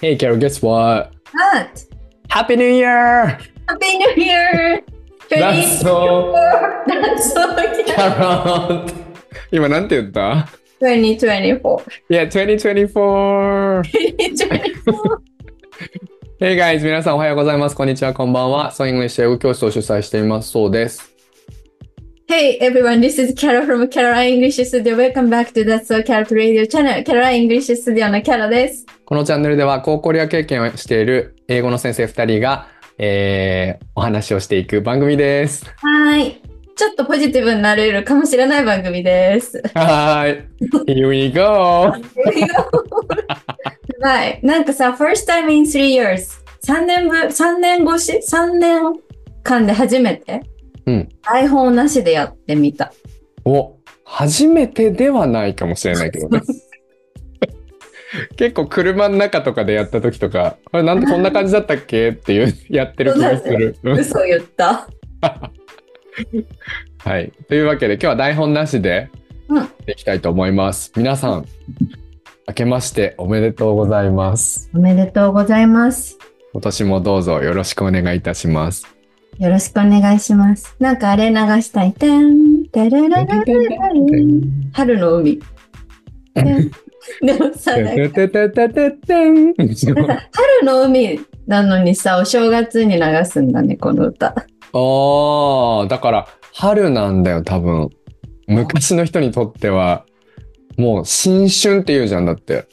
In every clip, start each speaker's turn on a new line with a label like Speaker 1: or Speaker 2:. Speaker 1: Hey, Carol, guess what?
Speaker 2: What?
Speaker 1: Happy New Year!
Speaker 2: Happy New Year!
Speaker 1: That's
Speaker 2: Feliz
Speaker 1: so
Speaker 2: That's so cute.
Speaker 1: Carol! 今なんて言った
Speaker 2: 2024.
Speaker 1: Yeah, 2024! Hey guys! 皆さんおはようございます。こんにちは、こんばんは。ソイングリッシュ英語教室を主催しています。そうです。
Speaker 2: hey everyone, this is Carol from Carol English Studio. Welcome back to That's So Carol Radio Channel. Carol English Studio の Carol です。
Speaker 1: このチャンネルでは、高校留学経験をしている英語の先生2人が、えー、お話をしていく番組です。
Speaker 2: はい。ちょっとポジティブになれるかもしれない番組です。
Speaker 1: はーい。Here we go!
Speaker 2: はい。なんかさ、first time in three years。3年ぶ、3年越し ?3 年間で初めて、
Speaker 1: うん
Speaker 2: 台本なしでやってみた。
Speaker 1: お初めてではないかもしれないけどね。結構車の中とかでやった時とか、あれなんでこんな感じだったっけっていうやってる気がする。うん
Speaker 2: 嘘言った。
Speaker 1: はい。というわけで今日は台本なしで
Speaker 2: うん
Speaker 1: できたいと思います。皆さん、明けましておめでとうございます。
Speaker 2: おめでとうございます。
Speaker 1: 今年もどうぞよろしくお願いいたします。
Speaker 2: よろしくお願いします。なんかあれ流したい。てん、てれれれれれ春の海。てんでもさ、なんか
Speaker 1: ててててててん
Speaker 2: 春の海なのにさ、お正月に流すんだね、この歌。
Speaker 1: ああ、だから春なんだよ、多分。昔の人にとっては、もう新春って言うじゃんだって。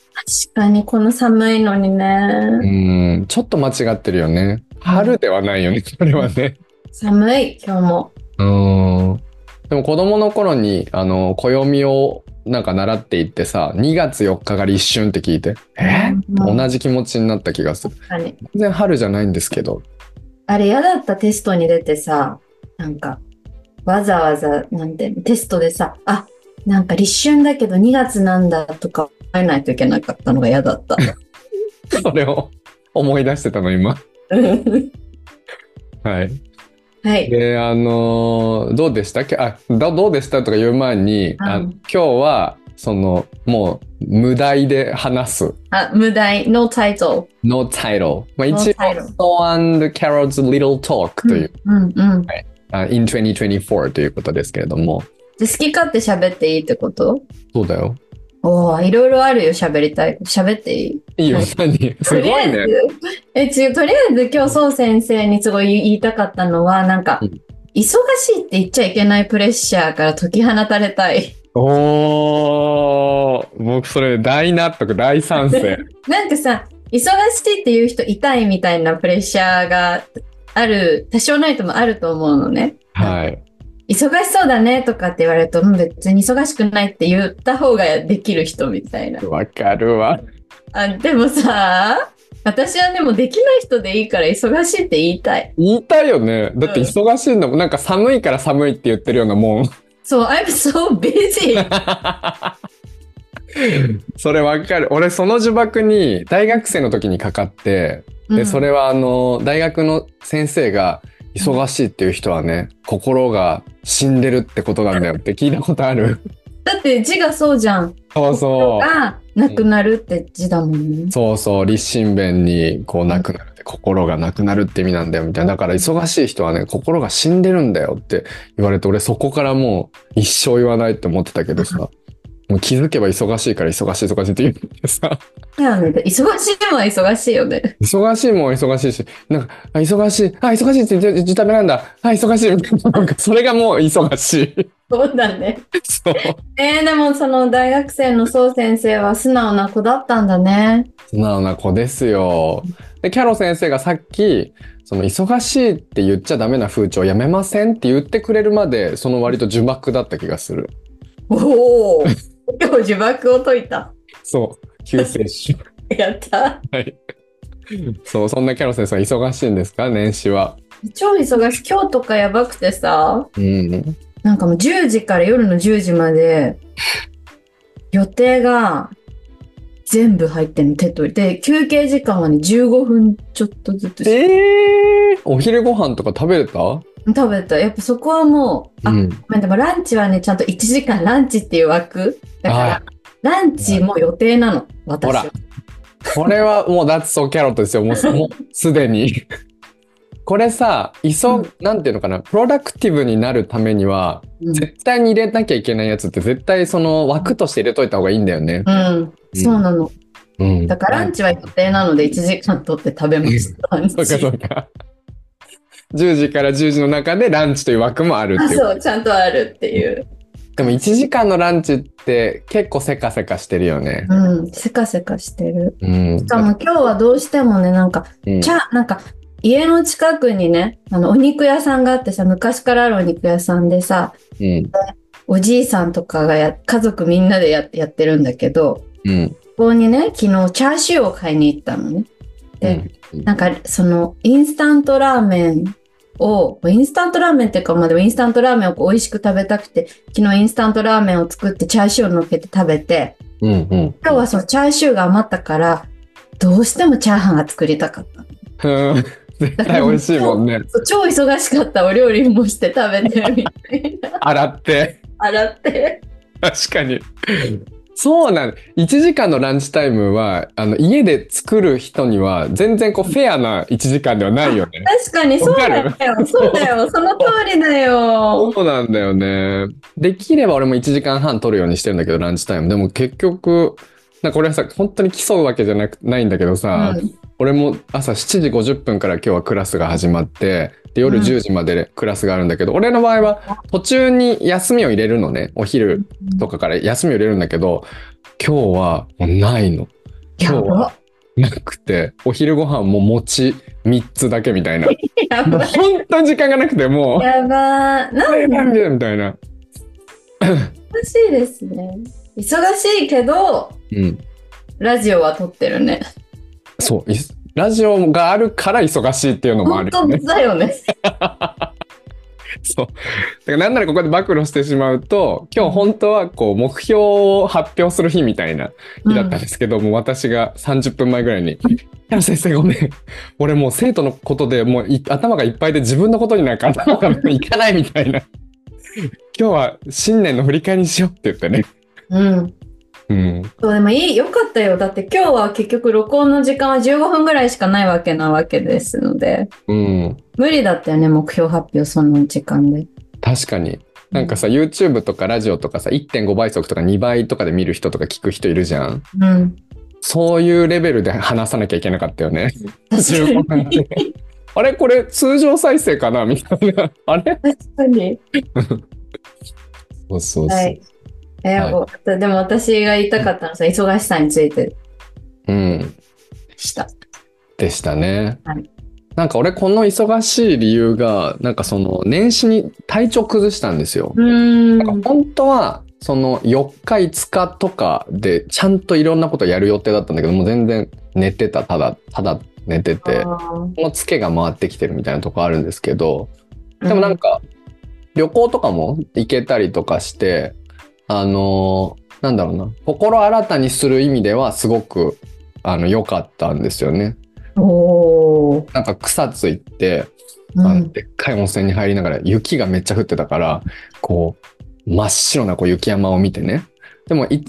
Speaker 2: 確かに、この寒いのに
Speaker 1: う
Speaker 2: ね。
Speaker 1: ん、ちょっと間違ってるよね。春ではないよね、 それはね。
Speaker 2: 寒い、今日も。
Speaker 1: うん。でも子供の頃に、あの、暦をなんか習っていってさ、2月4日が立春って聞いて、え
Speaker 2: うん
Speaker 1: 同じ気持ちになった気がする。
Speaker 2: 確かに。
Speaker 1: 全然春じゃないんですけど。
Speaker 2: あれ嫌だったテストに出てさ、なんか、わざわざ、なんて、テストでさ、あ、なんか立春だけど2月なんだとか、会えないといけなかったのが嫌だった。
Speaker 1: それを 思い出してたの、今。はい。
Speaker 2: はい。
Speaker 1: で、あのーどうでしたっけあど、どうでしたとか言う前に、あ
Speaker 2: うん
Speaker 1: 今日は、その、もう、無題で話す。
Speaker 2: あ、無題、no title。
Speaker 1: No title. まあ、一
Speaker 2: No
Speaker 1: 応、
Speaker 2: title
Speaker 1: So and Carol's Little Talk という、
Speaker 2: うんうん。で、
Speaker 1: あ in 2024ということですけれども。
Speaker 2: 好き勝手喋っていいってこと
Speaker 1: そうだよ。
Speaker 2: おお、いろいろあるよ、喋りたい。喋っていい
Speaker 1: いいよ
Speaker 2: はい、
Speaker 1: 何すごいね。
Speaker 2: とり あえず、え、違う、とりあえず今日、そう先生にすごい言いたかったのは、なんか、
Speaker 1: うん
Speaker 2: 忙しいって言っちゃいけないプレッシャーから解き放たれたい。
Speaker 1: おー、僕それ大納得、大賛 成。
Speaker 2: なんかさ、忙しいっていう人痛いみたいなプレッシャーがある、多少ないともあると思うのね。
Speaker 1: はい。
Speaker 2: 忙しそうだねとかって言われると、うん別に忙しくないって言った方ができる人みたいな。
Speaker 1: わかるわ。
Speaker 2: あでもさ、私はでもできない人でいいから忙しいって言いたい。
Speaker 1: 言いたいよね。だって忙しいんだもん。なんか寒いから寒いって言ってるようなもん。
Speaker 2: そう、I'm so busy!
Speaker 1: それわかる。俺、その呪縛に大学生の時にかかって、
Speaker 2: う
Speaker 1: で、
Speaker 2: ん
Speaker 1: それはあの、大学の先生が、忙しいっていう人はね、心が死んでるってことなんだよって聞いたことあ る。
Speaker 2: だって字がそうじゃん。
Speaker 1: そうそ
Speaker 2: がなくなるって字だもん
Speaker 1: う。
Speaker 2: ね。
Speaker 1: そうそう、立身弁にこうなくなるって、心がなくなるって意味なんだよみたいな。だから忙しい人はね、心が死んでるんだよって言われて、俺そこからもう一生言わないって思ってたけどさ、もう気づけば忙しいから忙しい忙しいって言ってさ、
Speaker 2: だよね。忙しいも忙しいよね。
Speaker 1: 忙しいもん忙しいし、なんか、あ、忙しい、あ、忙しいって言っちゃダメなんだ、あ、忙しいみたい な、なんか、それがもう忙しい。
Speaker 2: そうだね。
Speaker 1: そう。
Speaker 2: えー、でもその大学生のそう先生は素直な子だったんだね。
Speaker 1: 素直な子ですよ。で、キャロ先生がさっき、その、忙しいって言っちゃダメな風潮やめませんって言ってくれるまで、その割と呪縛だった気がする。
Speaker 2: おお。今日呪縛を解いた。
Speaker 1: そう。救世主。
Speaker 2: やった。
Speaker 1: はい。そう、そんなキャロ先生は忙しいんですか年始は。
Speaker 2: 超忙しい。今日とかやばくてさ。
Speaker 1: うん。
Speaker 2: なんかもう10時から夜の10時まで予定が全部入ってんの手取りで休憩時間はね15分ちょっとずつし
Speaker 1: えー、お昼ご飯とか食べれた
Speaker 2: 食べたやっぱそこはもう、あ
Speaker 1: ん。
Speaker 2: まあでもランチはねちゃんと1時間ランチっていう枠だか
Speaker 1: は
Speaker 2: らランチも予定なの、私
Speaker 1: ほら
Speaker 2: は
Speaker 1: これはもう that's so carrot ですよ。もうもうすでに。これさ、いそ、
Speaker 2: うん
Speaker 1: なんていうのかな、プロダクティブになるためには、
Speaker 2: うん
Speaker 1: 絶対に入れなきゃいけないやつって絶対その枠として入れといた方がいいんだよね。
Speaker 2: うん、そうなの。
Speaker 1: うん。
Speaker 2: だからランチは予定なので1時間取って食べました。
Speaker 1: そうかそうか。10時から10時の中でランチという枠もあるって
Speaker 2: あ
Speaker 1: いう。
Speaker 2: そう、ちゃんとあるっていう。
Speaker 1: でも1時間のランチって結構せかせかしてるよね。
Speaker 2: うん、せかせかしてる。
Speaker 1: うん。
Speaker 2: しかも今日はどうしてもね、なんか、
Speaker 1: うん
Speaker 2: ちゃ、なんか、家の近くにね、あの、お肉屋さんがあってさ、昔からあるお肉屋さんでさ、
Speaker 1: うん。
Speaker 2: おじいさんとかがや、家族みんなでややってるんだけど、
Speaker 1: うん。
Speaker 2: ここにね、昨日チャーシューを買いに行ったのね。で、なんか、その、インスタントラーメンを、インスタントラーメンっていうか、まあ、でもインスタントラーメンをこう美味しく食べたくて、昨日インスタントラーメンを作ってチャーシューを乗っけて食べて、
Speaker 1: うん。うん。うん。
Speaker 2: 今日はそのチャーシューが余ったから、どうしてもチャーハンが作りたかった。
Speaker 1: うん絶対美味しいもんね。
Speaker 2: そう超忙しかったお料理もして食べて みたいな。
Speaker 1: 洗って。
Speaker 2: 洗って。
Speaker 1: 確かに。そうなん1時間のランチタイムは、あの、家で作る人には、全然こう、フェアな1時間ではないよ ね。
Speaker 2: 確かにそうだよ
Speaker 1: わ。
Speaker 2: そうだよ。その通りだよ。
Speaker 1: そうなんだよね。できれば俺も1時間半取るようにしてるんだけど、ランチタイム。でも結局、なんかこれはさ、本当に競うわけじゃなくないんだけど
Speaker 2: う
Speaker 1: さ、
Speaker 2: ん、
Speaker 1: 俺も朝7時50分から今日はクラスが始まって、で夜
Speaker 2: うん
Speaker 1: 10時までクラスがあるんだけど、俺の場合は途中に休みを入れるのね。お昼とかから休みを入れるんだけど、今日はもうないの。今日
Speaker 2: やば
Speaker 1: は。なくて、お昼ご飯も餅3つだけみたいな。
Speaker 2: や
Speaker 1: もう
Speaker 2: ばい。
Speaker 1: 本当に時間がなくて、もう。
Speaker 2: やばい。なん
Speaker 1: な
Speaker 2: か
Speaker 1: んでみたいな。
Speaker 2: 忙しいですね。忙しいけど、
Speaker 1: うん。
Speaker 2: ラジオは撮ってるね。
Speaker 1: そう、いラジオがあるから忙しいっていうのもあ
Speaker 2: 本
Speaker 1: るよ
Speaker 2: 当
Speaker 1: ね。
Speaker 2: だよね。
Speaker 1: そう。だからなんならここで暴露してしまうと、今日本当はこう目標を発表する日みたいな日だったんですけど、もう私が30分前ぐらいに、北野先生ごめん。俺もう生徒のことでもうい頭がいっぱいで自分のことになんか頭がいかないみたいな。今日は新年の振り返りにしようって言ってね。
Speaker 2: うん。うん
Speaker 1: うん。
Speaker 2: そうでもいいよかったよだって今日は結局録音の時間は15分ぐらいしかないわけなわけですので
Speaker 1: うん。
Speaker 2: 無理だったよね目標発表その時間で
Speaker 1: 確かに。なんかさ、YouTube とかラジオとかさ、1.5倍速とか2倍とかで見る人とか聞く人いるじゃん。
Speaker 2: うん
Speaker 1: そういうレベルで話さなきゃいけなかったよ ね。15
Speaker 2: 確か
Speaker 1: 分
Speaker 2: に
Speaker 1: で。あれこれ通常再生かなみたいな。あれ
Speaker 2: 確かに
Speaker 1: そうそうそう。
Speaker 2: はいえ
Speaker 1: はい
Speaker 2: おでも私が言いたかったのはさ忙しさについて
Speaker 1: うん。
Speaker 2: でした
Speaker 1: でしたね。
Speaker 2: はい
Speaker 1: なんか俺この忙しい理由が、なんかその年始に体調崩したんですよ。
Speaker 2: うー
Speaker 1: なん
Speaker 2: ん
Speaker 1: か本当はその4日5日とかでちゃんといろんなことやる予定だったんだけどもう全然寝てたただただ寝ててこのツケが回ってきてるみたいなとこあるんですけどでもなんか
Speaker 2: か
Speaker 1: 旅行とかも行けたりとかしてあのーなんだろうな心新たにする意味ではすごくあの良かったんですよね。
Speaker 2: おお
Speaker 1: なんか草津行って
Speaker 2: う
Speaker 1: あの
Speaker 2: ん
Speaker 1: でっかい温泉に入りながら雪がめっちゃ降ってたからこう真っ白なこう雪山を見てねでも2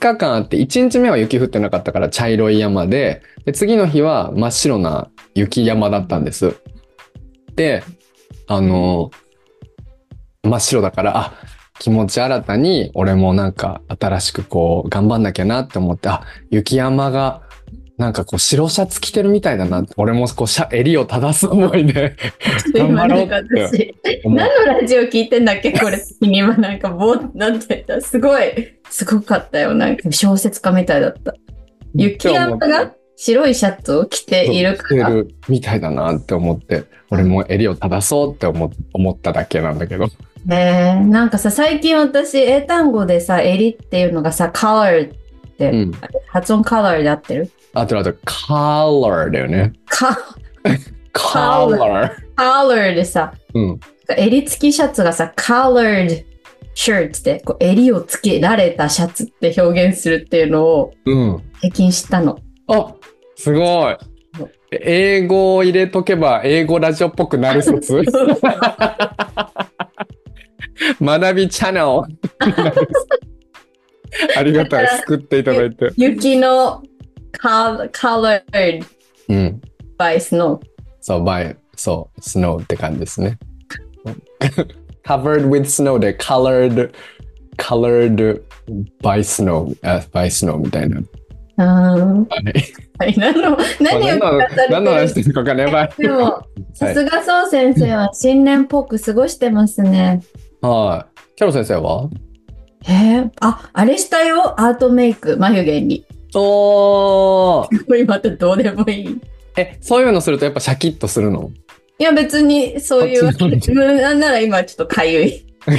Speaker 1: 日間あって1日目は雪降ってなかったから茶色い山でで次の日は真っ白な雪山だったんですであの真っ白だからあ気持ち新たに俺もなんか新しくこう頑張んなきゃなって思ってあ雪山がなんかこう白シャツ着てるみたいだなって俺もこうシャ襟を正す思いで頑張
Speaker 2: 今
Speaker 1: ろう
Speaker 2: な
Speaker 1: っ
Speaker 2: ん
Speaker 1: て
Speaker 2: か私
Speaker 1: 思う
Speaker 2: 何のラジオ聞いてんだっ けこれ今なんかぼーっとなってたすごいすごかったよなんか小説家みたいだった雪山が白いシャツを着ているか
Speaker 1: 着
Speaker 2: ら
Speaker 1: てるみたいだなって思って俺も襟を正そうって思思っただけなんだけど
Speaker 2: ねえなんかさ最近私英単語でさ「襟」っていうのがさ「color」って、
Speaker 1: うん
Speaker 2: 発音「color」で合ってる
Speaker 1: あとあとカーラーだよね
Speaker 2: か
Speaker 1: カーラー
Speaker 2: color でさ
Speaker 1: うん
Speaker 2: 襟付きシャツがさ「colored shirt」でこう襟をつけられたシャツって表現するっていうのを
Speaker 1: うん
Speaker 2: 最近知ったの。
Speaker 1: あすごい英語を入れとけば英語ラジオっぽくなる 説学びチャンネ ルありがたい救っていただいて
Speaker 2: 雪の Col- colored
Speaker 1: うん。
Speaker 2: by snow.
Speaker 1: そう、バイ、そう、スノーって感じですね。covered with snow で colored, colored by snow, あ by snow みたいな。
Speaker 2: あー
Speaker 1: はい
Speaker 2: はい何の何を
Speaker 1: 何
Speaker 2: 聞
Speaker 1: の
Speaker 2: かされてる
Speaker 1: 何の話してるか分かんない。
Speaker 2: でも、さすがそう先生は新年っぽく過ごしてますね。
Speaker 1: はい。キャロ先生は
Speaker 2: えー、あ、あれしたよ、アートメイク、眉毛に。
Speaker 1: お
Speaker 2: 今ってどうでもいい。
Speaker 1: え、そういうのするとやっぱシャキッとするの
Speaker 2: いや、別にそういう、
Speaker 1: あそうなんだ
Speaker 2: うんなんなら今ちょっとかゆい。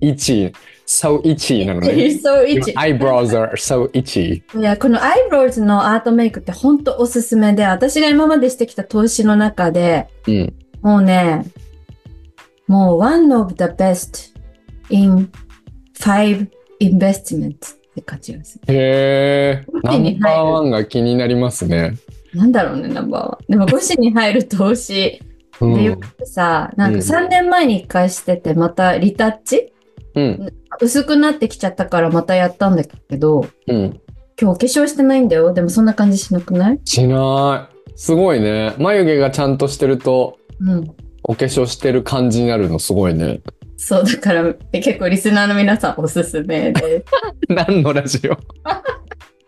Speaker 1: ?1、so 1なのね。
Speaker 2: そういち。
Speaker 1: アイブロウザー、so 1。
Speaker 2: いや、このアイブロウズのアートメイクってほんとおすすめで、私が今までしてきた投資の中で、
Speaker 1: うん。
Speaker 2: もうね、もう one of the best in five investments って感じがする。
Speaker 1: へえ。ナ
Speaker 2: 手に入る
Speaker 1: ンバーワンが気になりますね。
Speaker 2: なんだろうね、ナンバーは。でも5時に入る投資
Speaker 1: う
Speaker 2: でよ
Speaker 1: ん。
Speaker 2: くさ、なんか
Speaker 1: うん
Speaker 2: 3年前に1回してて、またリタッチ
Speaker 1: うん。
Speaker 2: 薄くなってきちゃったからまたやったんだけど、
Speaker 1: うん。
Speaker 2: 今日お化粧してないんだよ。でもそんな感じしなくない
Speaker 1: しない。すごいね。眉毛がちゃんとしてると、
Speaker 2: うん。
Speaker 1: お化粧してる感じになるのすごいね。
Speaker 2: そう、だから結構リスナーの皆さんおすすめです。
Speaker 1: 何のラジオ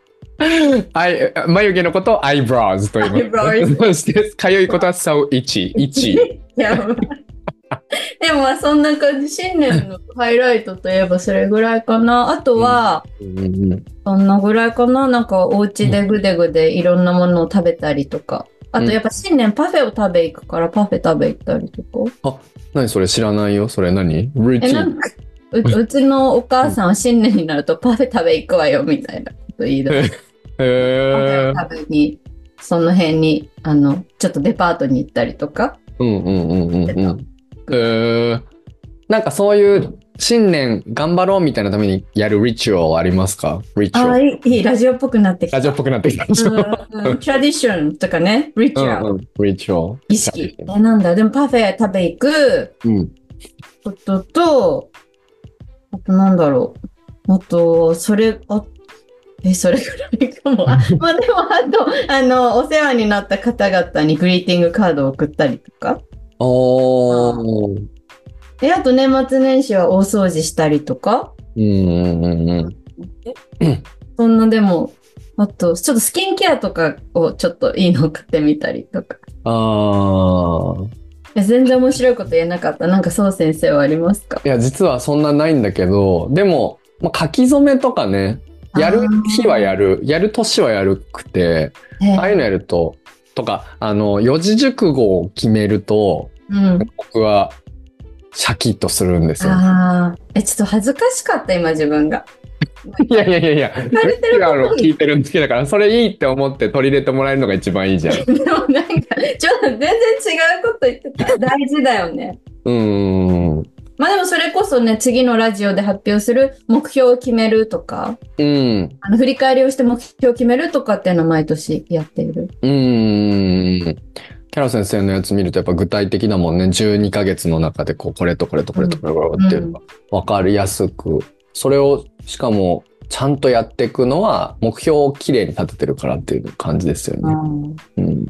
Speaker 1: アイ眉毛のことをアイブロウズと言います。
Speaker 2: eyebrows
Speaker 1: そして、 かゆいことは so 1。1。
Speaker 2: や ばい。でもまあそんな感じ、新年のハイライトといえばそれぐらいかな。あとは、
Speaker 1: うんうん
Speaker 2: そんなぐらいかな。なんかお家でぐでぐでいろんなものを食べたりとか。あとやっぱ新年パフェを食べ行くからパフェ食べ行ったりとか。
Speaker 1: 何それ知らないよ。それ何ルー
Speaker 2: え、
Speaker 1: ティ
Speaker 2: な
Speaker 1: ン
Speaker 2: ん。かううちのお母さんは新年になるとパフェ食べ行くわよみたいなこと言い出す。パフ
Speaker 1: へ
Speaker 2: ェ
Speaker 1: え
Speaker 2: を。食べに、その辺に、あの、ちょっとデパートに行ったりとか。
Speaker 1: うんうんうんうん
Speaker 2: 出
Speaker 1: うん。へえ。なんかそういう新年頑張ろうみたいなためにやるリチュアルありますかリチュ
Speaker 2: あ
Speaker 1: ア
Speaker 2: あ、
Speaker 1: ル。
Speaker 2: いい、いいラジオっぽくなってきた。
Speaker 1: ラジオっぽくなってきたでしょ。
Speaker 2: うん うんトラディションとかね、リチュアル、
Speaker 1: うんうんリチュアル。
Speaker 2: 意識。え、なんだ、でもパフェ食べ行く
Speaker 1: うん。
Speaker 2: ことと、あとなんだろう。あと、それ、あ、え、それぐらいかも。あ、まあでも、あと、あの、お世話になった方々にグリーティングカードを送ったりとか。
Speaker 1: おー。
Speaker 2: え、あと年末年始は大掃除したりとか。
Speaker 1: うんうんうんうん。
Speaker 2: そんなでも、あと、ちょっとスキンケアとかをちょっといいのを買ってみたりとか。
Speaker 1: ああ。
Speaker 2: いや全然面白いこと言えなかった。なんかそう先生はありますか
Speaker 1: いや、実はそんなないんだけど、でも、まあ、書き初めとかね、やる日はやる、やる年はやるくて、
Speaker 2: あー
Speaker 1: ああいうのやると、とか、あの、四字熟語を決めると、
Speaker 2: うん。
Speaker 1: 僕は、シャキッとするんですよ。
Speaker 2: ああ。え、ちょっと恥ずかしかった、今自分が。
Speaker 1: いやいやいやいや、
Speaker 2: 言われてることに
Speaker 1: あの聞いてるの好きだから、それいいって思って取り入れてもらえるのが一番いいじゃん。
Speaker 2: でもなんか、ちょっと全然違うこと言ってた。大事だよね。
Speaker 1: うん。うん。
Speaker 2: まあでもそれこそね、次のラジオで発表する目標を決めるとか、
Speaker 1: うん。
Speaker 2: あの、振り返りをして目標を決めるとかっていうのを毎年やっている。
Speaker 1: うん。キャロ先生のやつ見るとやっぱ具体的だもんね。12ヶ月の中でこう、これとこれとこれとこれとこれっていうのが分かりやすく。それを、しかも、ちゃんとやっていくのは、目標をきれいに立ててるからっていう感じですよね。うん。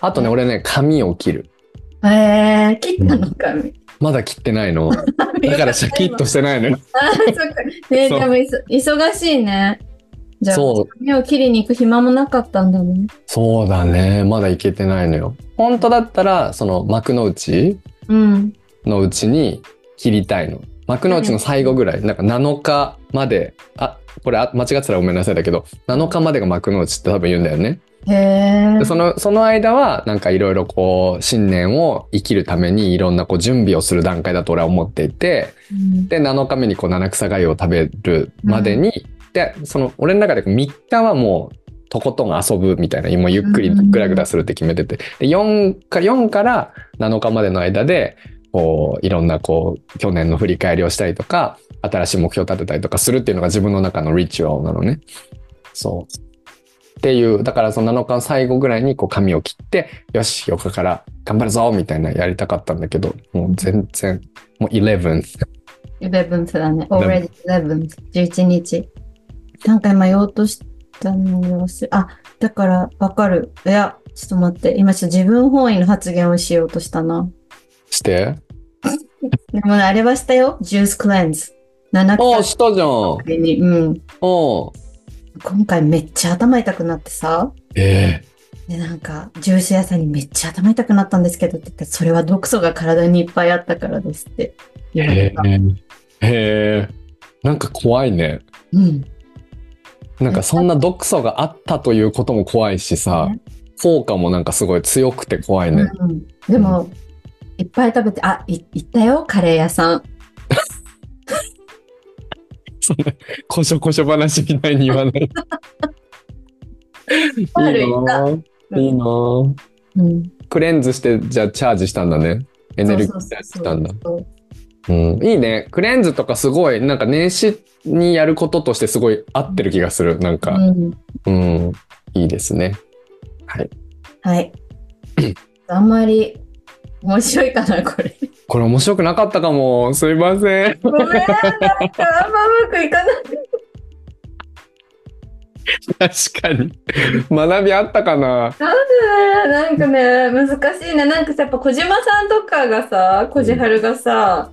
Speaker 1: あとね、俺ね、髪を切る。
Speaker 2: うんえー、切ったのか。
Speaker 1: まだ切ってない の。だからシャキッとして ないのよ。
Speaker 2: ああ、 そっか。ね、で
Speaker 1: そう
Speaker 2: もいそ忙しいね。じゃあ
Speaker 1: そう、
Speaker 2: 髪を切りに行く暇もなかったんだね。
Speaker 1: そうだね。まだいけてないのよ。本当だったら、その幕の内
Speaker 2: うん。
Speaker 1: のうちに切りたいの。幕の内の最後ぐらい、なんか7日まで、あ、これあ間違ってたらごめんなさいだけど、7日までが幕の内って多分言うんだよね。
Speaker 2: へえ
Speaker 1: で。その、その間は、なんかいろいろこう、新年を生きるためにいろんなこう準備をする段階だと俺は思っていて、
Speaker 2: うん
Speaker 1: で、7日目にこう七草粥を食べるまでに、で、その、俺の中で3日はもう、とことん遊ぶみたいな、今ゆっくりぐらぐらするって決めてて、で、4か、4から7日までの間で、こう、いろんなこう、去年の振り返りをしたりとか、新しい目標立てたりとかするっていうのが自分の中のリチュアルなのね。そう。っていう、だからその7日の最後ぐらいにこう髪を切って、よし、4日から頑張るぞみたいなやりたかったんだけど、もう全然、もう11。
Speaker 2: 11th だね。already 11th。11日。なんか今言おうとし旦那の忘れあ、だから、わかる。いや、ちょっと待って。今、ちょっと自分本位の発言をしようとしたな。
Speaker 1: して
Speaker 2: でもね、あれはしたよ。ジュースクレンズ。7
Speaker 1: ああ、
Speaker 2: 日
Speaker 1: したじゃん。
Speaker 2: ぶりに。うん。
Speaker 1: うん。
Speaker 2: 今回めっちゃ頭痛くなってさ。
Speaker 1: ええ
Speaker 2: で、なんか、ジュース屋さんにめっちゃ頭痛くなったんですけどって言って、それは毒素が体にいっぱいあったからですって言われ
Speaker 1: え
Speaker 2: た。
Speaker 1: ええなんか怖いね。
Speaker 2: うん。
Speaker 1: なんかそんな毒素があったということも怖いしさ、効果もなんかすごい強くて怖いね。
Speaker 2: うん、でも、いっぱい食べて、あ、い行ったよ、カレー屋さん。
Speaker 1: そんな、 こしょこしょ話みたいに言わない。いい
Speaker 2: 悪い
Speaker 1: なぁ
Speaker 2: うん
Speaker 1: いいなぁ
Speaker 2: うん、
Speaker 1: クレンズして、じゃあチャージしたんだね。エネルギーチャージしたんだ。
Speaker 2: そうそうそう
Speaker 1: うん、いいね。クレンズとかすごい、なんか年始にやることとしてすごい合ってる気がする。なん
Speaker 2: そう
Speaker 1: か、
Speaker 2: うん
Speaker 1: うん、いいですね。
Speaker 2: はい。あんまり面白いかな、こ れ。
Speaker 1: これ面白くなかったかも。すいません。
Speaker 2: ごめん、なんかあんまうまくいかない。
Speaker 1: 確かに。学びあったかな
Speaker 2: なんかね、難しいね。なんかさ、やっぱ小島さんとかがさ、小じはるがさ、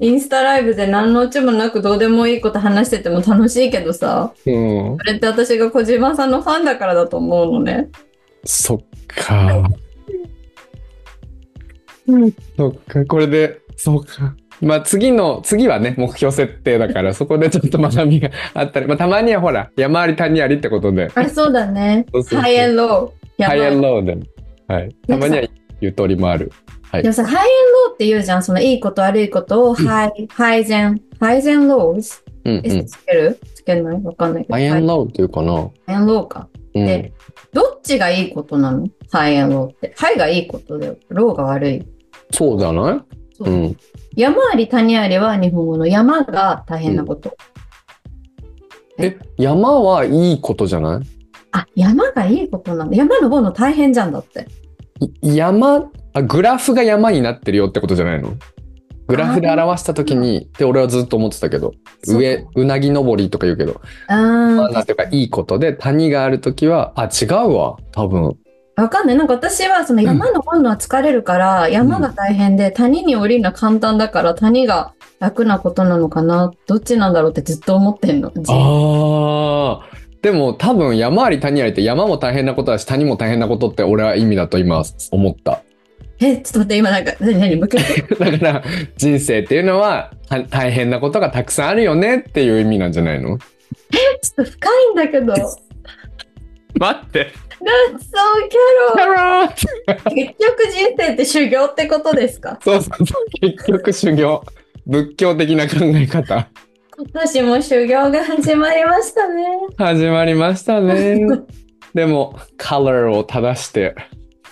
Speaker 2: インスタライブで何のうちもなくどうでもいいこと話してても楽しいけどさ、
Speaker 1: うん。
Speaker 2: それって私が小島さんのファンだからだと思うのね。
Speaker 1: そっか。そっか。これで、そうか。まあ次の、次はね、目標設定だから、そこでちょっと学びがあったり、まあたまにはほら、山あり谷ありってことで、
Speaker 2: あ、そうだね
Speaker 1: そう。そうそう
Speaker 2: ハイエンドー。や
Speaker 1: ハ
Speaker 2: ばい
Speaker 1: イエンドローでも、はい。たまにはゆとりもある。
Speaker 2: でもさ、ハイエンローって言うじゃん。そのいいこと悪いことを、ハイ、ハイゼン、ハイゼンローズ
Speaker 1: うんう
Speaker 2: S
Speaker 1: ん。
Speaker 2: つけるつけないわかんないけど。
Speaker 1: ハイエンドローっていうかな。
Speaker 2: ハイエンローか。
Speaker 1: う
Speaker 2: で
Speaker 1: ん。
Speaker 2: どっちがいいことなのハイエンローって。ハイがいいことで、ローが悪い。
Speaker 1: そうじゃない
Speaker 2: そう
Speaker 1: うん。
Speaker 2: 山あり谷ありは日本語の山が大変なこと。
Speaker 1: え、山はいいことじゃない
Speaker 2: あ、山がいいことなんだ。山登るの大変じゃんだって。
Speaker 1: い山あグラフが山になってるよってことじゃないのグラフで表した時にって俺はずっと思ってたけど
Speaker 2: そう
Speaker 1: 上うなぎ登りとか言うけど、
Speaker 2: うーん。
Speaker 1: まあ、なんていうかいいことで谷がある時はあ違うわ多分
Speaker 2: わかんない。なんか私はその山登るのは疲れるから、山が大変で、谷に降りるのは簡単だから、谷が楽なことなのかな、どっちなんだろうってずっと思ってんの。じ
Speaker 1: あーでも多分山あり谷ありって山も大変なことだし谷も大変なことって俺は意味だと今思った
Speaker 2: え、ちょっと待って、今なんか、何、何、向けて。
Speaker 1: だから人生っていうのはは大変なことがたくさんあるよねっていう意味なんじゃないの
Speaker 2: ちょっと深いんだけど。That's so
Speaker 1: 待ってキ
Speaker 2: c
Speaker 1: ャロー
Speaker 2: a 結局人生って修行ってことですか
Speaker 1: そうそうそう結局修行仏教的な考え方
Speaker 2: 今年も修行が始まりましたね。
Speaker 1: 始まりましたねでもカラーを正して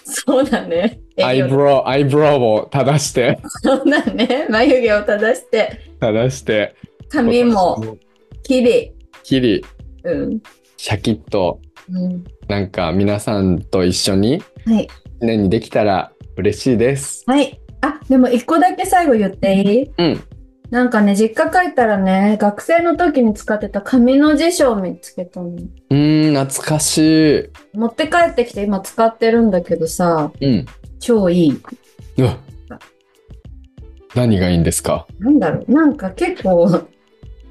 Speaker 2: そうだね。
Speaker 1: アイブ
Speaker 2: ロ
Speaker 1: ロウアイブロウを正して
Speaker 2: そうだね。眉毛を正して、
Speaker 1: 正して
Speaker 2: 髪もきり。
Speaker 1: きり
Speaker 2: うん。
Speaker 1: シャキッと
Speaker 2: うん。
Speaker 1: なんか皆さんと一緒に
Speaker 2: はい。
Speaker 1: 年にできたら嬉しいです
Speaker 2: はい。あ、でも一個だけ最後言っていい
Speaker 1: うん
Speaker 2: なんかね、実家帰ったらね、学生の時に使ってた紙の辞書を見つけたの。
Speaker 1: うーん懐かしい
Speaker 2: 持って帰ってきて今使ってるんだけどさ、
Speaker 1: うん
Speaker 2: 超いい。
Speaker 1: うわ何がいいんですか
Speaker 2: なんだろう、なんか結構、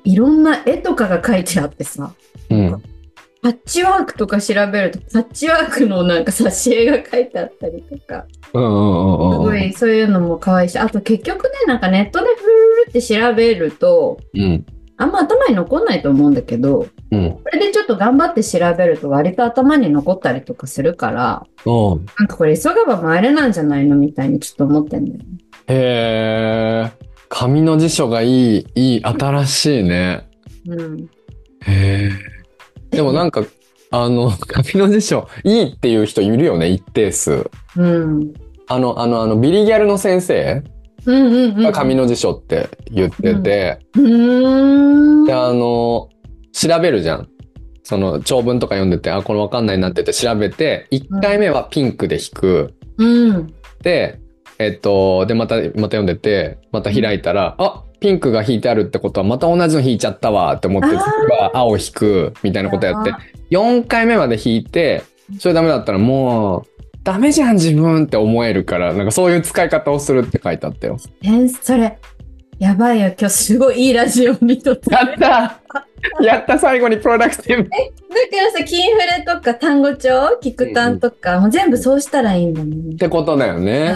Speaker 2: いろんな絵とかが書いてあってさ、
Speaker 1: うん
Speaker 2: パッチワークとか調べると、パッチワークのなんか挿絵が書いてあったりとか、
Speaker 1: うんうんうん
Speaker 2: す
Speaker 1: うん
Speaker 2: ごいそういうのも可愛いし、あと結局ね、なんかネットでふるって調べると、
Speaker 1: うん
Speaker 2: あんま頭に残んないと思うんだけど、
Speaker 1: うん
Speaker 2: これでちょっと頑張って調べると割と頭に残ったりとかするから、
Speaker 1: うん
Speaker 2: なんかこれ急がば回れなんじゃないのみたいにちょっと思ってんだよね。
Speaker 1: へえ紙の辞書がいいいい新しいね
Speaker 2: うん。
Speaker 1: へえでもなんかあの紙の辞書いいっていう人いるよね一定数
Speaker 2: うん。
Speaker 1: あのあのあのビリギャルの先生
Speaker 2: うんうんうん。
Speaker 1: が紙の辞書って言ってて、
Speaker 2: うーん。
Speaker 1: であの調べるじゃんその長文とか読んでてあこれわかんないなって言って調べて1回目はピンクで引く、
Speaker 2: うん。
Speaker 1: で、えっと、で、また、また読んでて、また開いたら、あピンクが引いてあるってことは、また同じの引いちゃったわって思って、
Speaker 2: あー
Speaker 1: 次は青引くみたいなことやって
Speaker 2: や、
Speaker 1: 4回目まで弾いてそれダメだったらもうダメじゃん自分って思えるからなんかそういう使い方をするって書いてあった よ。
Speaker 2: えーそれ、やばいよ。今日すごいいいラジオにとって。
Speaker 1: やったやった最後にプロダクティブ
Speaker 2: だからさ、キンフレとか単語帳、キクタンとか、もう全部そうしたらいいんだもん
Speaker 1: っ
Speaker 2: ね。
Speaker 1: てことだよね。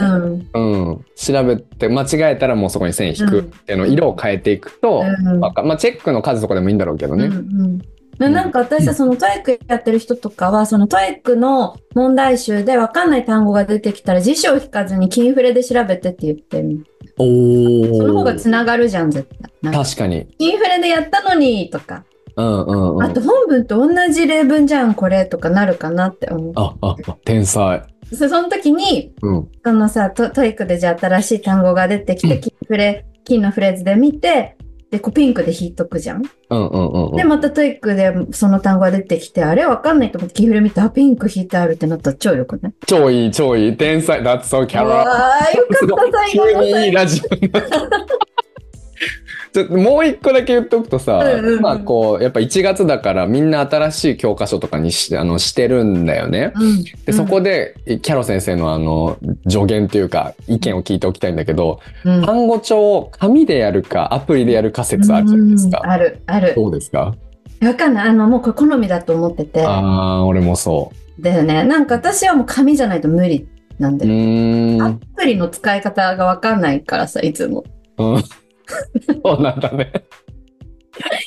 Speaker 2: うん。
Speaker 1: うん、調べて間違えたらもうそこに線引くっていうのを色を変えていくと、
Speaker 2: うん
Speaker 1: わかまあ、チェックの数とかでもいいんだろうけどね。
Speaker 2: うんうんな
Speaker 1: うん
Speaker 2: なんか私はそのトイックやってる人とかは、そのトイックの問題集でわかんない単語が出てきたら辞書を引かずにキンフレで調べてって言ってる。その
Speaker 1: お
Speaker 2: 方がつながるじゃん、絶対。なんか
Speaker 1: 確かに。
Speaker 2: キンフレでやったのにとか、
Speaker 1: うんうんうん。
Speaker 2: あと本文と同じ例文じゃん、これとかなるかなって思
Speaker 1: あああ天才。
Speaker 2: う。そその時に、
Speaker 1: うん。
Speaker 2: そのさト、トイックでじゃあ新しい単語が出てき
Speaker 1: う
Speaker 2: て、キンフレ、キンのフレーズで見て、で、こうピンクで引いとくじゃん。
Speaker 1: うんうんうんうん。
Speaker 2: で、またトイックでその単語が出てきて、あれわかんないと思ってキンフレ見て、あ、ピンク引いてあるってなったら超よくない
Speaker 1: 超いい超いい。天才。That's so
Speaker 2: う
Speaker 1: Carol.
Speaker 2: わー、よ
Speaker 1: すご
Speaker 2: か
Speaker 1: い
Speaker 2: った、最
Speaker 1: 急
Speaker 2: 後の
Speaker 1: にいい
Speaker 2: 最後。
Speaker 1: ラジオになったちょっともう一個だけ言っとくとさ、
Speaker 2: うんうんうん
Speaker 1: まあこうやっぱ1月だからみんな新しい教科書とかにしあのしてるんだよね。
Speaker 2: うん
Speaker 1: でそこでキャロ先生のあの助言というか意見を聞いておきたいんだけど、
Speaker 2: うん
Speaker 1: 単語帳を紙でやるかアプリでやるか説あるじゃないですか。
Speaker 2: うんある、ある。
Speaker 1: どうですか、
Speaker 2: わかんない。あの、もうこれ好みだと思ってて。
Speaker 1: ああー俺もそ
Speaker 2: だよね。なんか私はもう紙じゃないと無理なん
Speaker 1: う。う
Speaker 2: だよ。
Speaker 1: ーん。
Speaker 2: アプリの使い方がわかんないからさ、いつも。
Speaker 1: うん そうなんだね。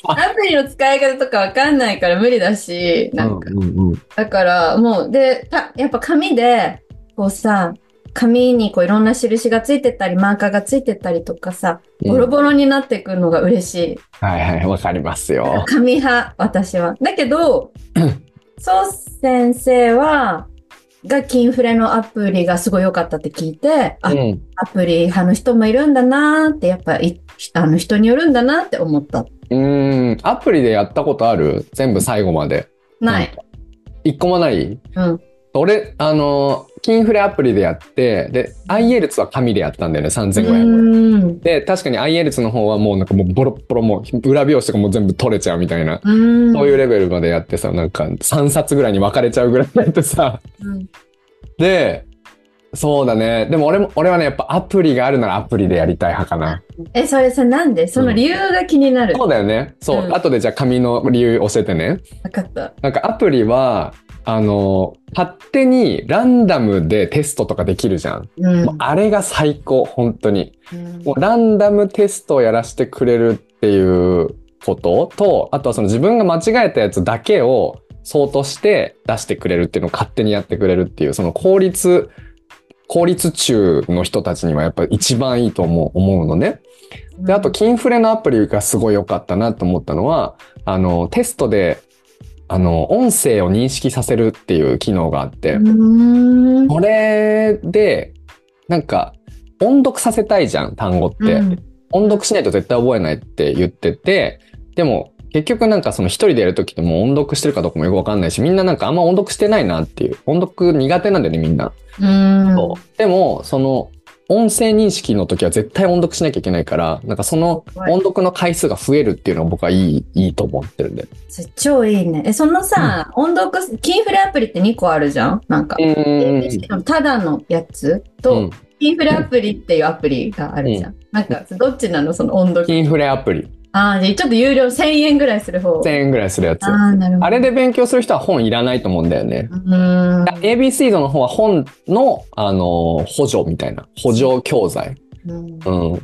Speaker 2: アプリの使い方とかわかんないから無理だし、なんか。
Speaker 1: うんうんうん
Speaker 2: だからもう、で、たやっぱ紙で、こうさ、紙にこういろんな印がついてたり、マーカーがついてたりとかさ、ボロボロになってくのが嬉しい。
Speaker 1: はいはいわかりますよ。
Speaker 2: 紙派、私は。だ けど、そう先生は、が、キンフレのアプリがすごい良かったって聞いて、あ、
Speaker 1: うん、
Speaker 2: アプリ派の人もいるんだなーって、やっぱいあの人によるんだなって思った。
Speaker 1: うーんアプリでやったことある全部最後まで。
Speaker 2: ない。
Speaker 1: 一個もない
Speaker 2: うん。
Speaker 1: 俺あのキンフレアプリでやってで IELTS は紙でやったんだよね
Speaker 2: う
Speaker 1: 3500円。
Speaker 2: ーん。
Speaker 1: で確かに IELTS の方はもうなんかもうボロッボロもう裏表紙とかもう全部取れちゃうみたいな、
Speaker 2: うーん。
Speaker 1: そういうレベルまでやってさなんか3冊ぐらいに分かれちゃうぐらいやってさ
Speaker 2: うん
Speaker 1: でそうだねでも俺も俺はねやっぱアプリがあるならアプリでやりたい派かな
Speaker 2: え、それさ、なんでその理由が気になる。
Speaker 1: そうだよねそう、
Speaker 2: うん
Speaker 1: 後でじゃあ紙の理由教えてね
Speaker 2: わかった。
Speaker 1: なんかアプリはあの勝手にランダムでテストとかできるじゃん、
Speaker 2: うん
Speaker 1: もう。あれが最高本当に
Speaker 2: うん
Speaker 1: もうランダムテストをやらせてくれるっていうことと、あとはその自分が間違えたやつだけをそうとして出してくれるっていうのを勝手にやってくれるっていう、その効率、効率中の人たちにはやっぱり一番いいと思う思うのね。で、あと、、キンフレのアプリがすごい良かったなと思ったのは、あの、テストで、あの、音声を認識させるっていう機能があって、
Speaker 2: うーん。
Speaker 1: これで、なんか、音読させたいじゃん、単語って。
Speaker 2: うん
Speaker 1: 音読しないと絶対覚えないって言ってて、でも結局なんかその一人でやるときってもう音読してるかどうかもよくわかんないし、みんななんかあんま音読してないなっていう、音読苦手なんだよねみんな。
Speaker 2: うーん。
Speaker 1: でも、その音声認識の時は絶対音読しなきゃいけないから、なんかその
Speaker 2: はい
Speaker 1: 音読の回数が増えるっていうのは僕はいい、いいと思ってるんで。
Speaker 2: それ超いいね。え、そのさ、音読、キンフレアプリって2個あるじゃんなんか。ただのやつ
Speaker 1: う
Speaker 2: と、
Speaker 1: ん。
Speaker 2: キンフレアプリっていうアプリがあるじゃん。なんか、どっちなのその音読。
Speaker 1: インフレアプリ。
Speaker 2: ああ、じゃあちょっと有料1000円ぐらいする方。
Speaker 1: 1000円ぐらいするやつ。
Speaker 2: ああ、なるほど。
Speaker 1: あれで勉強する人は本いらないと思うんだよね。
Speaker 2: うーん。
Speaker 1: ABC の方は本の、あの補助みたいな補助教材、
Speaker 2: うん
Speaker 1: うん、っ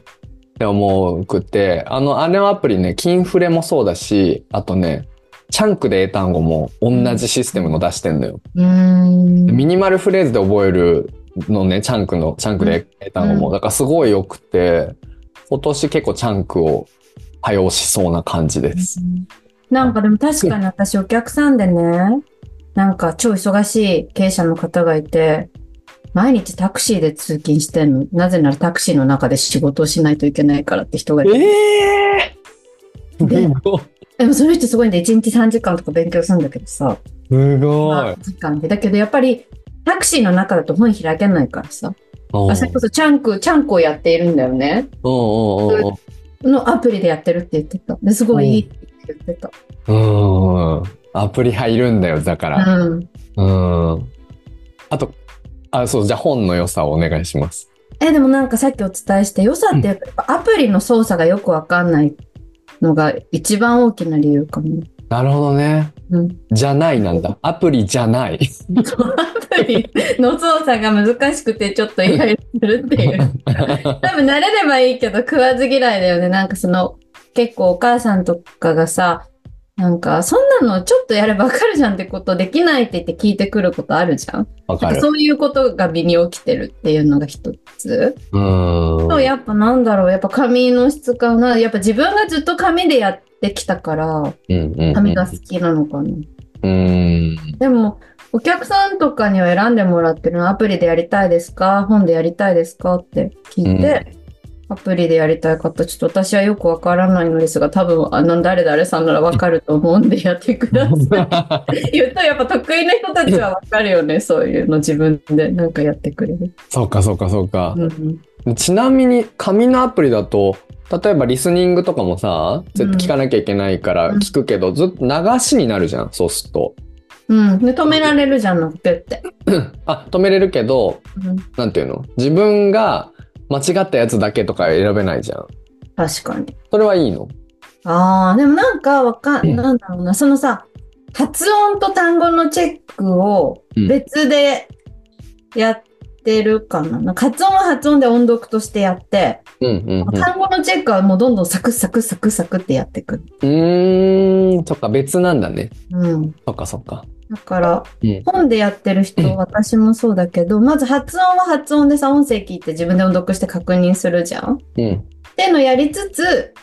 Speaker 1: て思うくてあのあれのアプリねキンフレもそうだしあとねチャンクで英単語も同じシステムの出してんのよ、
Speaker 2: うーん。
Speaker 1: ミニマルフレーズで覚えるのねチャンクのチャンクで英単語も、
Speaker 2: うん
Speaker 1: だからすごい良くて今年結構チャンクを多用しそうな感じです、
Speaker 2: なんかでも確かに私お客さんでね、なんか超忙しい経営者の方がいて、毎日タクシーで通勤してんの。なぜならタクシーの中で仕事をしないといけないからって人がいて。
Speaker 1: ええー、
Speaker 2: です
Speaker 1: ごい
Speaker 2: でもその人すごいんで、1日3時間とか勉強するんだけどさ。
Speaker 1: すご
Speaker 2: まあ時間で。だけどやっぱりタクシーの中だと本開けないからさ。
Speaker 1: い
Speaker 2: あそれこそチャンク、チャンクをやっているんだよね。
Speaker 1: うんうんうんうん
Speaker 2: のアプリでやってるって言ってた。ですごいいいって言ってた。
Speaker 1: うんうんうんアプリ派いるんだよ、だから。
Speaker 2: うん。
Speaker 1: うん。あと、あ、そう、じゃあ本の良さをお願いします。
Speaker 2: え、でもなんかさっきお伝えした良さってやっぱアプリの操作がよくわかんないのが一番大きな理由か も。
Speaker 1: なるほどね。
Speaker 2: うん。
Speaker 1: じゃないなんだ。アプリじゃない。
Speaker 2: アプリの操作が難しくてちょっとイライラするっていう。 多分慣れればいいけど食わず嫌いだよね。なんかその結構お母さんとかがさ、なんかそんなのちょっとやればわかるじゃんってことできないって言って聞いてくることあるじゃん。
Speaker 1: わかる。
Speaker 2: そういうことが身に起きてるっていうのが一つ。
Speaker 1: う
Speaker 2: そう
Speaker 1: ーん。
Speaker 2: やっぱなんだろうやっぱ髪の質かなやっぱ自分がずっと髪でやってきたから
Speaker 1: うんうんうん
Speaker 2: 髪が好きなのかな、
Speaker 1: うーん。
Speaker 2: でもお客さんとかには選んでもらってるのアプリでやりたいですか本でやりたいですかって聞いて、アプリでやりたい方ちょっと私はよくわからないのですが多分あの誰々さんならわかると思うんでやってくだ さい言うとやっぱ得意な人たちはわかるよねそういうの自分でなんかやってくれる、
Speaker 1: そうかそうかそうか
Speaker 2: う。ん
Speaker 1: ちなみに紙のアプリだと例えばリスニングとかもさ絶対聞かなきゃいけないから
Speaker 2: うん
Speaker 1: 聞くけど、ずっと流しになるじゃんそうすると。
Speaker 2: うん、で止められるじゃんのピュって、
Speaker 1: あ止めれるけど
Speaker 2: うん、
Speaker 1: なんていうの自分が間違ったやつだけとか選べないじゃん。
Speaker 2: 確かに
Speaker 1: それはいいの
Speaker 2: ああ、でもなんかわか
Speaker 1: うん
Speaker 2: ん、なんだろうな、そのさ、発音と単語のチェックを
Speaker 1: うん
Speaker 2: 別でやってるかな。なんか発音は発音で音読としてやって、
Speaker 1: うんうんうん。
Speaker 2: 単語のチェックはもうどんどんサクサクサクサクってやってくる。
Speaker 1: うーんそっか別なんだね。
Speaker 2: うん。
Speaker 1: そっかそっか。
Speaker 2: だから
Speaker 1: うん、
Speaker 2: 本でやってる人、
Speaker 1: うん
Speaker 2: 私もそうだけど、まず発音は発音でさ、音声聞いて自分で音読して確認するじゃん。
Speaker 1: う
Speaker 2: っ
Speaker 1: ん
Speaker 2: ていうのやりつつ、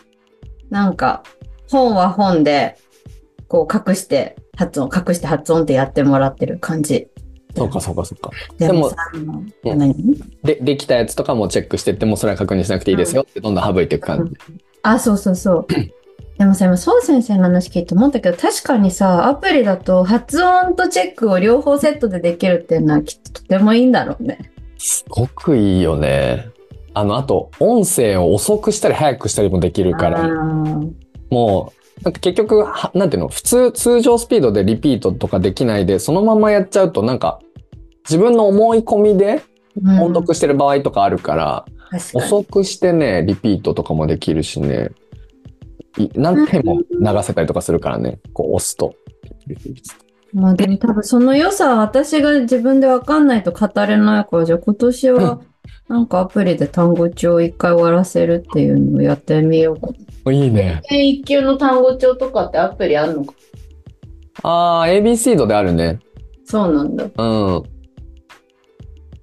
Speaker 2: なんか、本は本で、こう隠して、発音、隠して発音ってやってもらってる感じ。
Speaker 1: そうかそうかそうか。
Speaker 2: で
Speaker 1: でも
Speaker 2: もさ、あの何
Speaker 1: でできたやつとかもチェックしてってもそれは確認しなくていいですよってどんどん省いていく感じ。
Speaker 2: あ、そうそ うそう。でもさ、今、そう先生の話聞いて思ったけど、確かにさ、アプリだと発音とチェックを両方セットでできるっていうのはきっととてもいいんだろうね。
Speaker 1: すごくいいよね。あの、あと、音声を遅くしたり早くしたりもできるか
Speaker 2: あ
Speaker 1: ら、
Speaker 2: ー
Speaker 1: もう、なんか結局、はなんていうの、普通、通常スピードでリピートとかできないで、そのままやっちゃうと、なんか、自分の思い込みで
Speaker 2: うん
Speaker 1: 音読してる場合とかあるから、
Speaker 2: 確かに
Speaker 1: 遅くしてね、リピートとかもできるしね、い何回も流せたりとかするからね、こう押すと。
Speaker 2: まあでも多分その良さは私が自分で分かんないと語れないから、じゃあ今年はなんかアプリで単語帳を一回終わらせるっていうのをやってみようかな。
Speaker 1: いいね。
Speaker 2: 一級の単語帳とかってアプリあるのか
Speaker 1: あー、ABC 度であるね。
Speaker 2: そうなんだ。
Speaker 1: うん。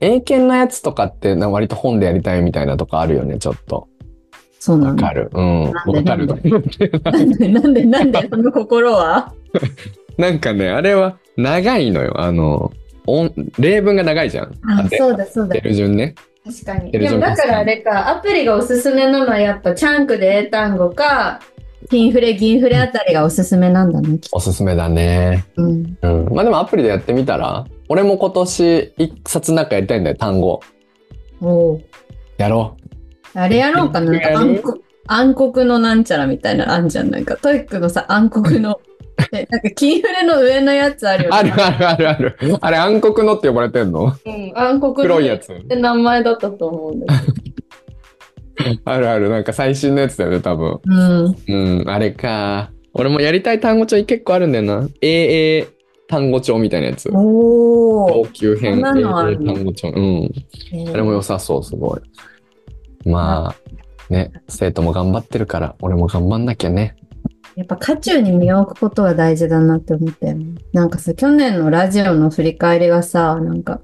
Speaker 1: 英検のやつとかってな割と本でやりたいみたいなとかあるよね、ちょっと。
Speaker 2: そうな
Speaker 1: わ
Speaker 2: ん
Speaker 1: か
Speaker 2: だ。
Speaker 1: る。うん。わ
Speaker 2: なんで
Speaker 1: かる。
Speaker 2: なんで なんでなんでその心は
Speaker 1: なんかね、あれは長いのよ。あの、音例文が長いじゃん。
Speaker 2: あ
Speaker 1: で
Speaker 2: そうだそうだ
Speaker 1: 出。る順ね。
Speaker 2: 確かに。
Speaker 1: テレ
Speaker 2: で
Speaker 1: ジョ
Speaker 2: も
Speaker 1: ン
Speaker 2: だからあれか、アプリがおすすめなのはやっぱチャンクで英単語か、インフレ、銀フレあたりがおすすめなんだね。きっと
Speaker 1: おすすめだね。
Speaker 2: うん、
Speaker 1: うん。まあでもアプリでやってみたら、俺も今年一冊なんかやりたいんだよ、単語。
Speaker 2: おう
Speaker 1: やろう。
Speaker 2: あれやろうかな。なんか暗黒暗黒のなんちゃらみたいな、あんじゃん。なんかトイックのさ、暗黒の。 えなんか金フレの上のやつあるよね。
Speaker 1: あるあるあるある。あれ暗黒のって呼ばれてんの
Speaker 2: うん、暗黒の
Speaker 1: 黒いやつ。
Speaker 2: って名前だったと思うんだけど。
Speaker 1: あるある。なんか最新のやつだよね、多分。
Speaker 2: うん。
Speaker 1: うん、あれか。俺もやりたい単語帳結構あるんだよな。AA 単語帳みたいなやつ。
Speaker 2: お
Speaker 1: 高
Speaker 2: お。
Speaker 1: 級編
Speaker 2: そんなのあ
Speaker 1: AA
Speaker 2: るの
Speaker 1: 単語帳。うん。あれも良さそう、すごい。まあ、ね、生徒も頑張ってるから、俺も頑張んなきゃね。
Speaker 2: やっぱ渦中に身を置くことが大事だなって思ったよね。なんかさ、去年のラジオの振り返りがさ、なんか、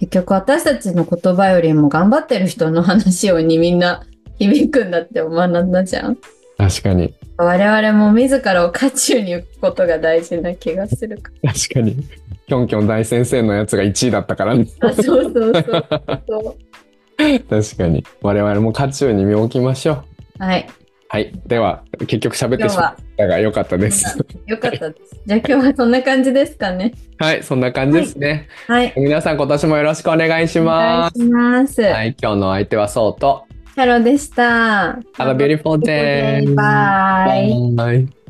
Speaker 2: 結局私たちの言葉よりも頑張ってる人の話をにみんな響くんだって学んだじゃん。
Speaker 1: 確かに。
Speaker 2: 我々も自らを渦中に置くことが大事な気がするか
Speaker 1: 確かに。キョンキョン大先生のやつが1位だった からね。
Speaker 2: ら。あそうそうそうそう。
Speaker 1: 確かに。我々も渦中に身を置きましょう。
Speaker 2: はい。
Speaker 1: はい。では、結局喋っ
Speaker 2: 今
Speaker 1: て
Speaker 2: 日
Speaker 1: しまっ
Speaker 2: は
Speaker 1: たが良かったです。
Speaker 2: 良かったです。じゃあ今日はそんな感じですかね。
Speaker 1: はい、そんな感じですね。
Speaker 2: はい。
Speaker 1: 皆さん今年もよろしくお願いし
Speaker 2: お
Speaker 1: ます。
Speaker 2: 願いします。
Speaker 1: はい、今日のお相手はそうと。
Speaker 2: ハローでした。
Speaker 1: Have a beautiful day.
Speaker 2: Bye.
Speaker 1: Bye.